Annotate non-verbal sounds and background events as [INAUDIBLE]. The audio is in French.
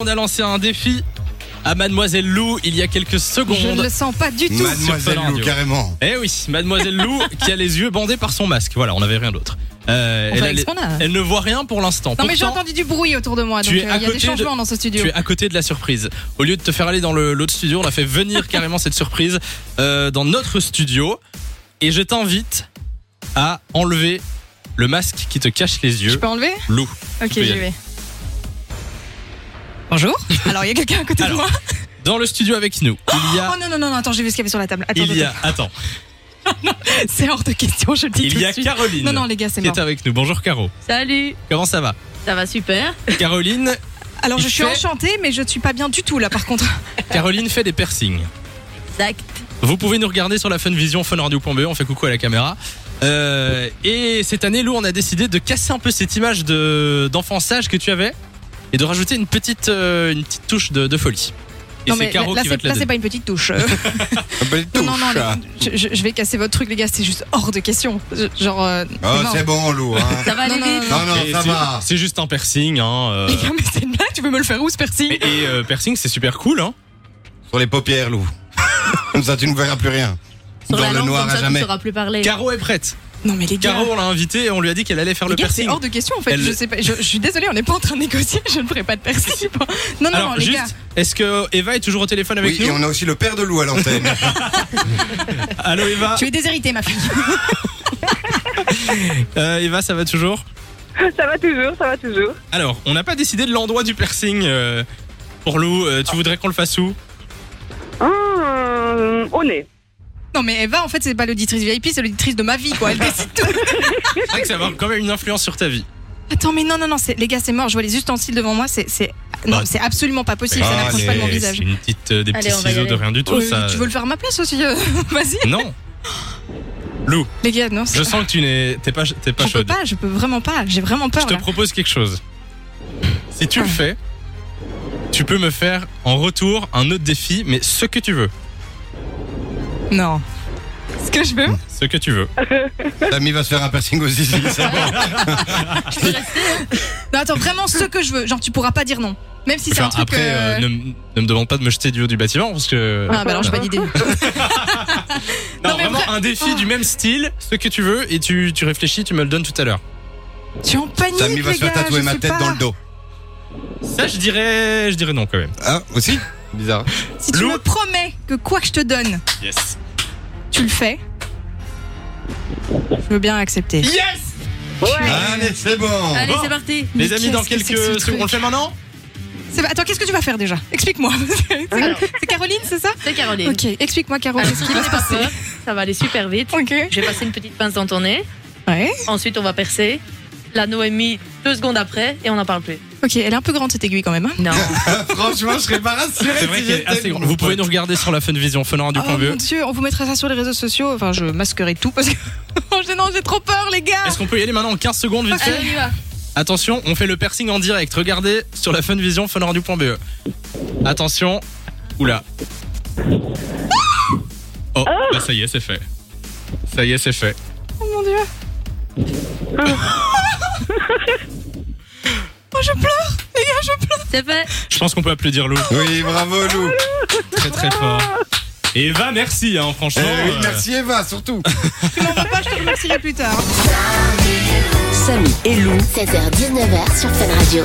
On a lancé un défi à Mademoiselle Lou il y a quelques Je ne secondes. le sens pas du tout. Sur Fun Mademoiselle Lou, Radio. carrément. Eh oui, Mademoiselle [LAUGHS] Lou qui a les yeux bandés par son masque. Voilà, on n'avait rien d'autre. Euh, On fait elle, a avec les- ce qu'on a. elle ne voit rien pour l'instant. Non mais j'ai Pourtant, entendu du bruit autour de moi, donc tu euh, es il à y a des côté de- changements dans ce studio. tu es à côté de la surprise. Au lieu de te faire aller dans le- l'autre studio, on a fait venir [LAUGHS] carrément cette surprise euh, dans notre studio. Et je t'invite à enlever le masque qui te cache les Je yeux. peux enlever Lou. Ok, peux y j'y aller. vais. Bonjour. Alors il y a quelqu'un à côté Alors, de moi. Dans le studio avec nous, il y a... Oh non non non non, attends, j'ai vu ce qu'il y avait sur la table. Attends, il y a... attends. Attends, [LAUGHS] c'est hors de question, je le dis tout il y a de suite. Caroline Non non les gars, c'est qui mort. est avec nous. Bonjour Caro, Salut, comment ça va ça va super. [LAUGHS] Caroline, Alors je Il suis fait- enchantée, mais je ne suis pas bien du tout là par contre. Caroline fait des piercings. Exact. Vous pouvez nous regarder sur la Funvision, funradio.be, on fait coucou à la caméra. Euh, et cette année, Lou, on a décidé de casser un peu cette image de, d'enfant sage que tu avais et de rajouter une petite, euh, une petite touche de, de folie. [LAUGHS] Et non c'est mais là, Caro là, qui va c'est te la là, c'est donner. pas une [LAUGHS] petite touche. Euh, non non non, hein. les- je, je- je vais casser votre truc les gars, c'est juste hors de question. Je- Genre. euh, Oh, mort. c'est bon, Lou. Hein. Ça va Non, aller non, vite. non, non, Et ça c'est, va. c'est juste un piercing. Hein, euh. [LAUGHS] Les [LAUGHS] gars, mais c'est une blague, tu veux me le faire où ce piercing et et, euh, piercing, c'est super cool. Hein. Sur les paupières, Lou. Comme ça, tu ne verras plus rien. Sur Dans la le langue, noir comme à ça, tu jamais. sauras plus parler. Caro est prête. Non mais les gars. Caro, on l'a invitée et on lui a dit qu'elle allait faire le Les gars, piercing. c'est hors de question en fait. Elle- Je, sais pas, je, je suis désolée, on n'est pas en train de négocier. [LAUGHS] Je ne ferai pas de piercing. Non, non, Alors, non, hein, les juste, gars. est-ce que Eva est toujours au téléphone avec Oui, et nous on a aussi le père de Lou à l'antenne. [LAUGHS] Allô Eva Tu es déshéritée, ma fille. [LAUGHS] Euh, Eva, ça va toujours Ça va toujours, ça va toujours. Alors, on n'a pas décidé de l'endroit du piercing euh, pour Lou. Euh, tu voudrais qu'on le fasse où Hum, Ah, au nez. Non, mais Eva, en fait, c'est pas l'auditrice VIP, c'est l'auditrice de ma vie, quoi. Elle décide [LAUGHS] tout. C'est vrai que ça va avoir quand même une influence sur ta vie. Attends, mais non, non, non, c'est- les gars, c'est mort. Je vois les ustensiles devant moi. C'est, c'est, non, Bah, c'est absolument pas possible. Ah, ça Ah, allez, n'approche pas de mon c'est visage. une petite, euh, des Allez, petits on va y ciseaux de aller. rien du tout. Euh, ça... Tu veux le faire à ma place aussi euh, [LAUGHS] Vas-y. [LAUGHS] Non, Les gars, non, c'est je sens que tu n'es t'es pas, t'es pas J'en peux chaude. pas, je peux vraiment pas. J'ai vraiment peur. Je te là. Ah. propose quelque chose. Si tu le fais, tu peux me faire en retour un autre défi, mais ce que tu veux. Non. Ce que je veux Ce que tu Ah, veux. Samy va se faire un piercing aussi. si c'est bon. Je peux rester Non, attends, vraiment ce que je veux. Genre, tu pourras pas dire non. Même si c'est un Genre, truc. après, euh, euh, ne, m- ne me demande pas de me jeter du haut du bâtiment parce que. Ah, bah alors, j'ai pas d'idée. non, non, mais vraiment vra- un défi Oh. du même style, ce que tu veux, et tu, tu réfléchis, tu me le donnes tout à l'heure. Tu es en panique. Samy va les se faire gars, tatouer je ma sais tête pas. dans le dos. Ça, je dirais, je dirais non quand même. Hein Aussi Bizarre. Si tu Lou- me promets que quoi que je te donne, Yes. tu le fais, je veux bien accepter. Yes Allez, c'est bon. Allez, Bon. c'est parti. Les Mais amis, dans qu'est-ce quelques que c'est que ce secondes, truc on le fait maintenant C'est- Attends, qu'est-ce que tu vas faire déjà Explique-moi. [LAUGHS] C'est- c'est Caroline, c'est ça C'est Caroline. Ok, explique-moi, Caroline, Alors, qu'est-ce qui va n'aie se pas passer peur, Ça va aller super vite. Ok. Je vais passer une petite pince dans ton nez. Ouais. Ensuite, on va percer. L'anneau est mis deux secondes après et on n'en parle plus. Ok, elle est un peu grande cette aiguille quand même. hein. [LAUGHS] Non. [LAUGHS] Franchement, je serais pas rassuré. C'est vrai si qu'elle est j'étais assez le grande. bon Vous pouvez nous pote. regarder sur la Funvision, Oh funradio.be. mon dieu, on vous mettra ça sur les réseaux sociaux. Enfin, je masquerai tout parce que. [LAUGHS] Oh, j'ai- non, j'ai trop peur, les gars. Est-ce qu'on peut y aller maintenant en 15 secondes vite fait Allez, on y va. Attention, on fait le piercing en direct. Regardez sur la Funvision, funradio.be. E. Attention. Oula. Oh, Ah. bah ça y est, c'est fait. Ça y est, c'est fait. Oh mon dieu. oh, je pleure. Les gars, je pleure. C'est fait. Je pense qu'on peut applaudir Lou. Oui, bravo Lou. Ah, Très très fort. Et Eva, merci, hein, Eh franchement. oui, euh, merci Eva, surtout. Tu m'en veux pas, je te remercierai plus tard. Samy et Lou, 16h-19h sur Fun Radio.